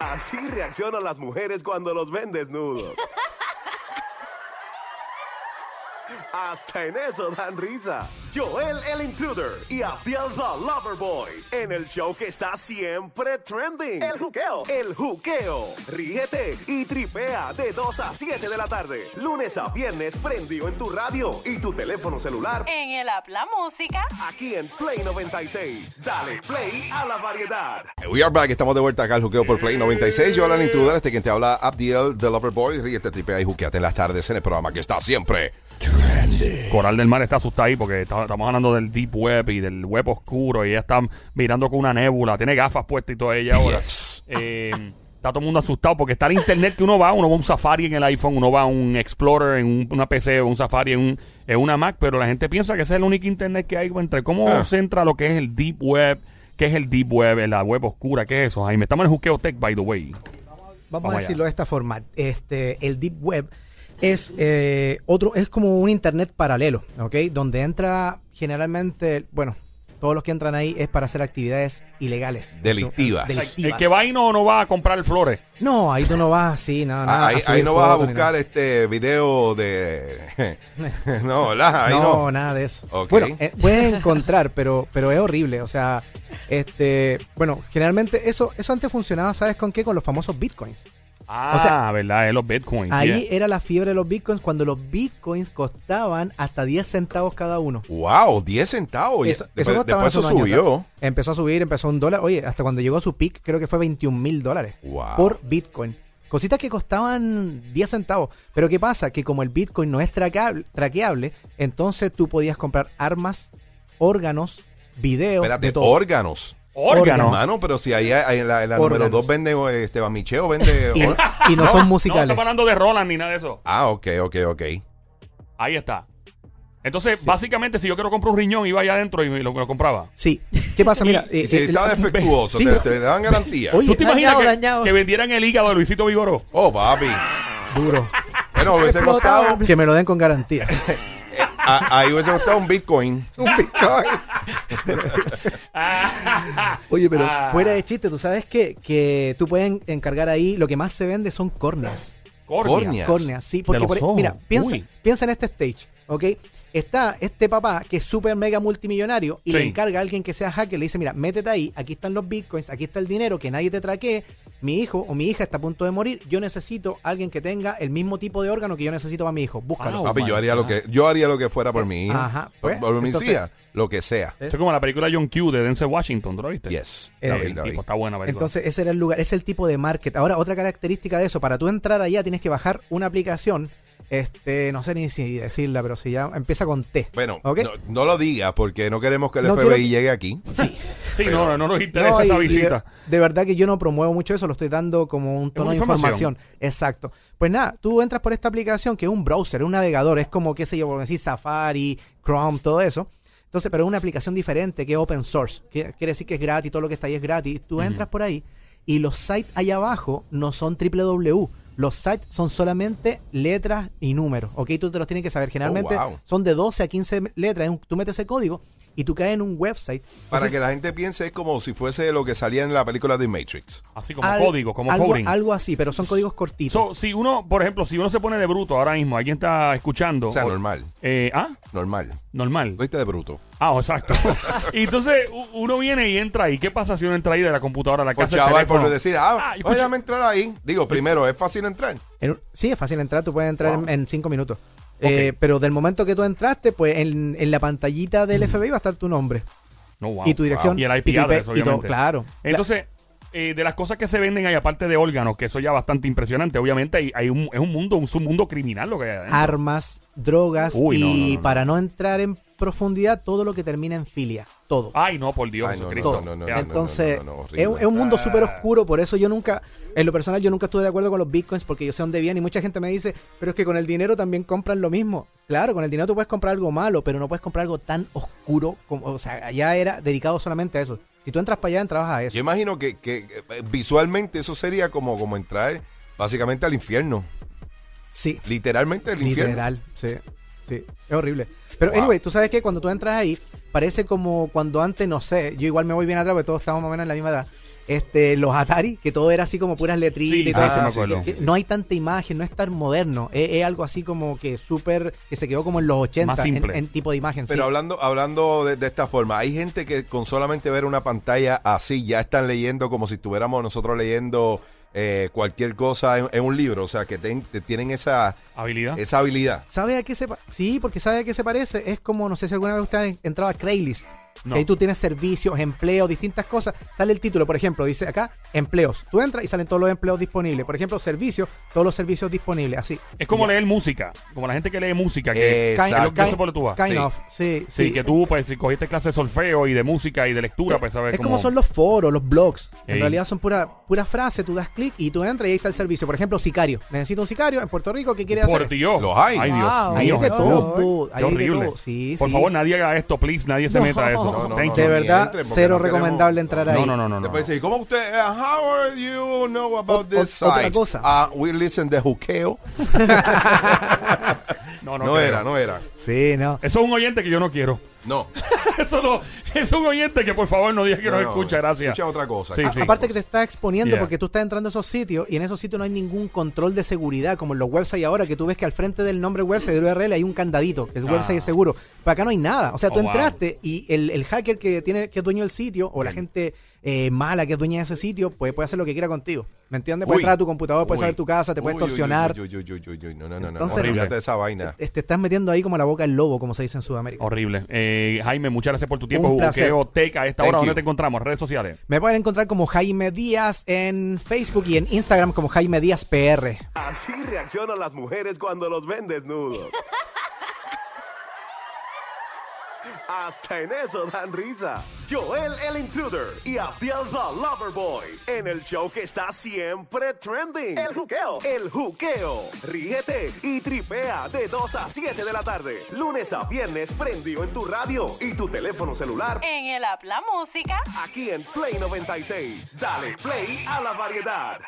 Así reaccionan las mujeres cuando los ven desnudos. Hasta en eso dan risa. Joel el Intruder y Abdiel the Loverboy en el show que está siempre trending. El juqueo. El juqueo. Ríete y tripea de 2 a 7 de la tarde. Lunes a viernes prendido en tu radio y tu teléfono celular En el app La Música. aquí en Play 96. Dale play a la variedad. Eh, We are back, estamos de vuelta acá al juqueo por Play 96. Yo, Alan Intruder, este quien te habla, Abdiel, The Lover Boy. Ríete, tripea y juqueate en las tardes en el programa que está siempre. Eh, Coral del Mar está asustada ahí porque está- estamos hablando del Deep Web y del web oscuro y ella está mirando con una nébula, tiene gafas puestas y todo ella ahora. Yes. Eh, está todo el mundo asustado porque está el internet que uno va, uno va a un Safari en el iPhone, uno va a un Explorer en un- una PC, un Safari en, un- en una Mac, pero la gente piensa que ese es el único internet que hay entre cómo Ah. se entra lo que es el Deep Web, qué es el Deep Web, la web oscura, qué es eso. Jaime, estamos en Juqueo Tech, by the way. Vamos, Vamos a allá. decirlo de esta forma. Este, el Deep Web es eh, otro, es como un internet paralelo, ¿ok? Donde entra generalmente, bueno, todos los que entran ahí es para hacer actividades ilegales. Delictivas. Delictivas. El que va y no, no va a comprar flores. No, ahí tú no vas, sí, no, nada. Ah, ahí, subir ahí no vas a fotos ni buscar nada. este video de. no, ¿verdad? Ahí no, no. nada de eso. Ok. Bueno, eh, puedes encontrar, pero, pero es horrible. O sea, este, bueno, generalmente eso, eso antes funcionaba, ¿sabes con qué? Con los famosos bitcoins. Ah, O sea, ¿verdad? Es los bitcoins. yeah. Ahí era la fiebre de los bitcoins cuando los bitcoins costaban hasta 10 centavos cada uno. Wow, 10 centavos. Eso- después no estaba después eso hace un año subió. atrás. empezó a subir, empezó a un dólar. Oye, hasta cuando llegó a su peak, creo que fue 21 mil dólares Wow. por Bitcoin. Cositas que costaban 10 centavos. Pero ¿qué pasa? Que como el Bitcoin no es traqueable, traqueable entonces tú podías comprar armas, órganos, videos, Espérate, de todo. órganos. Órganos. Hermano, pero si ahí, ahí en la, en la número Órganos. 2 vende eh, Esteban Micheo, vende. y, or- y no, son No musicales. estamos hablando de Roland ni nada de eso. ah, ok, ok, ok. Eh, Ahí está. Entonces, básicamente, si yo quiero comprar un riñón, iba allá adentro y me lo, me lo compraba. Sí. ¿Qué pasa? Mira, Y si eh, eh, estaba la- defectuoso, Sí, te, pero- te daban garantía. Oye, ¿Tú te dañado, imaginas que, dañado. que vendieran el hígado de Luisito Vigoró? Oh, papi. duro. Bueno, hubiese costado. Que me lo den con garantía. a- Ah, ahí hubiese costado un Bitcoin. Un Bitcoin. Oye, pero Ah. fuera de chiste, tú sabes que, que tú puedes en- encargar ahí, lo que más se vende son córneas. Cornia. Córnea. Córneas, sí, porque los por- e- ojos. mira, piensa, Uy. piensa en este stage, ¿ok? Está este papá que es súper mega multimillonario y le Sí. encarga a alguien que sea hacker, le dice, mira, métete ahí, aquí están los bitcoins, aquí está el dinero, que nadie te traquee, mi hijo o mi hija está a punto de morir, yo necesito a alguien que tenga el mismo tipo de órgano que yo necesito para mi hijo, búscalo. Wow. Papi, yo haría lo que yo haría lo que fuera por mi hija, Ajá, por, pues, por mis entonces- Este, hijas, lo que sea. Esto es como la película John Q de Denzel Washington, ¿tú lo viste? Yes. Eh, Está David, bien, David. tipo, está buena película. Entonces, ese era el lugar, ese es el tipo de market. Ahora, otra característica de eso, para tú entrar allá tienes que bajar una aplicación, este, no sé ni si decirla, pero si ya empieza con T. Bueno, ¿ok? no, no lo digas porque no queremos que el No FBI quiero- llegue aquí. sí, no, no, no nos interesa No, y- esa y de- visita. De, verdad que yo no promuevo mucho eso, lo estoy dando como un tono una de información. información. Exacto. Pues nada, tú entras por esta aplicación que es un browser, un navegador, es como, qué sé yo, por decir Safari, Chrome, todo eso. Entonces, pero es una aplicación diferente que es open source, que quiere decir que es gratis, todo lo que está ahí es gratis. Tú entras por ahí y los sites allá abajo no son www. Los sites son solamente letras y números, ¿ok? Tú te los tienes que saber. Generalmente wow. son de 12 a 15 letras. es un- Tú metes ese código y tú caes en un website. Para Entonces, que la gente piense es como si fuese lo que salía en la película de Matrix. Así como al- código, como algo, coding. algo así, pero son códigos cortitos. So, si uno, por ejemplo, si uno se pone de bruto ahora mismo, alguien está escuchando. O sea, normal, Eh, ah, normal. normal. Viste de bruto. Ah, oh, exacto. y entonces u- uno viene y entra ahí. ¿Qué pasa si uno entra ahí de la computadora a la Por casa? del Pues chaval, por teléfono? decir, ah, yo oye, escuché- déjame entrar ahí. Digo, primero, es fácil entrar. En un- sí, es fácil entrar, tú puedes entrar Wow. en, en cinco minutos. Eh, pero del momento que tú entraste, pues en, en la pantallita del FBI va a estar tu nombre No, Mm. wow. y tu dirección. Y el IP y tu address, y todo, obviamente. claro. Entonces, eh, de las cosas que se venden ahí, aparte de órganos, que eso ya bastante impresionante, obviamente hay, hay un, es un mundo, un submundo criminal lo que hay Ah. adentro. Armas, drogas Uy, y no, no, no, no. para no entrar en profundidad, todo lo que termina en filia. Todo. Ay, no, por Dios, Ay, no, Jesucristo. todo. no, no, Ya. no, no. Entonces, horrible. es, un- es un mundo súper oscuro, por eso yo nunca, en lo personal, yo nunca estuve de acuerdo con los bitcoins porque yo sé dónde vienen y mucha gente me dice, pero es que con el dinero también compran lo mismo. Claro, con el dinero tú puedes comprar algo malo, pero no puedes comprar algo tan oscuro como, o sea, allá era dedicado solamente a eso. Si tú entras para allá, entrabas a eso. Yo imagino que, que, eh, visualmente eso sería como, como entrar básicamente al infierno. Sí, Literalmente al infierno. literal, sí, sí, es horrible. Pero, Wow. anyway, tú sabes que cuando tú entras ahí, parece como cuando antes, no sé, yo igual me voy bien atrás porque todos estamos más o menos en la misma edad. este, los Atari, que todo era así como puras letritas Sí, y todo ah, eso. sí me acuerdo. Sí, No hay tanta imagen, no es tan moderno. Es, es algo así como que súper, que se quedó como en los 80 Más en, simple. en tipo de imagen. Pero sí. hablando, hablando de, de esta forma, hay gente que con solamente ver una pantalla así ya están leyendo como si estuviéramos nosotros leyendo eh, cualquier cosa en, en un libro. O sea, que ten- te tienen esa, Habilidad. esa habilidad. ¿Sabe a qué se pa- Sí, porque ¿sabe a qué se parece? Es como, no sé si alguna vez usted ha entrado a Craigslist. No. Que ahí tú tienes servicios, empleos, distintas cosas. Sale el título, por ejemplo, dice acá, empleos. Tú entras y salen todos los empleos disponibles. Por ejemplo, servicios, todos los servicios disponibles. Así. Es como leer música, como la gente que lee música, que Eh, Exacto. Yo sé por dónde tú vas. Kind Sí. of, sí, sí, sí. que tú pues si cogiste clase de solfeo y de música y de lectura, pues sabes es como cómo- son los foros, los blogs. En Ey. realidad son pura, pura frase, tú das clic y tú entras y ahí está el servicio. Por ejemplo, sicario. Necesito un sicario en Puerto Rico que quiere hacer. Por Dios. Los hay. Ay, Dios Wow. mío. Ahí es de Qué todo, dude, ahí es de horrible. todo. Sí, Por sí. favor, nadie haga esto, please. Nadie se meta a eso. No, no, Thank no, De ni you. verdad, entren, porque cero no queremos- recomendable entrar ahí. No, no, no, no. Te no. puede decir, ¿cómo usted? eh, how do you know about Ot- this ot- otra site? cosa. Ah, we listen de juqueo. No, no, No creo. era, no era. Sí, no. Eso es un oyente que yo no quiero. No. Eso no. Es un oyente que por favor no diga que no, escucha, gracias. Escucha otra cosa. Sí, A- sí. Aparte que te está exponiendo Yeah. porque tú estás entrando a esos sitios y en esos sitios no hay ningún control de seguridad como en los websites ahora que tú ves que al frente del nombre website del URL hay un candadito que es Ah. website seguro. Pero acá no hay nada. O sea, tú Oh, wow. entraste y el, el hacker que tiene que es dueño del sitio o la gente eh, mala que es dueña de ese sitio pues puede hacer lo que quiera contigo. ¿Me entiendes? Puede Uy. entrar a tu computador, puede Uy. saber tu casa, te puede Uy, uy, uy, extorsionar. uy, uy, uy, uy, uy, no, no, no, no. Entonces- Olvídate de esa vaina. Te- Te estás metiendo ahí como la boca del lobo, como se dice en Sudamérica. Oh. Horrible. Eh, Jaime, muchas gracias por tu tiempo. Un placer. Juqueo Tech a esta Thank hora. ¿Dónde you. te encontramos? Redes sociales. Me pueden encontrar como Jaime Díaz en Facebook y en Instagram como Jaime Díaz PR. Así reaccionan las mujeres cuando los ven desnudos. Hasta en eso dan risa. Joel el Intruder y Abdiel the Loverboy en el show que está siempre trending. El juqueo. El juqueo. Ríete y tripea de 2 a 7 de la tarde. Lunes a viernes prendido en tu radio y tu teléfono celular En el app La Música. aquí en Play 96. Dale play a la variedad.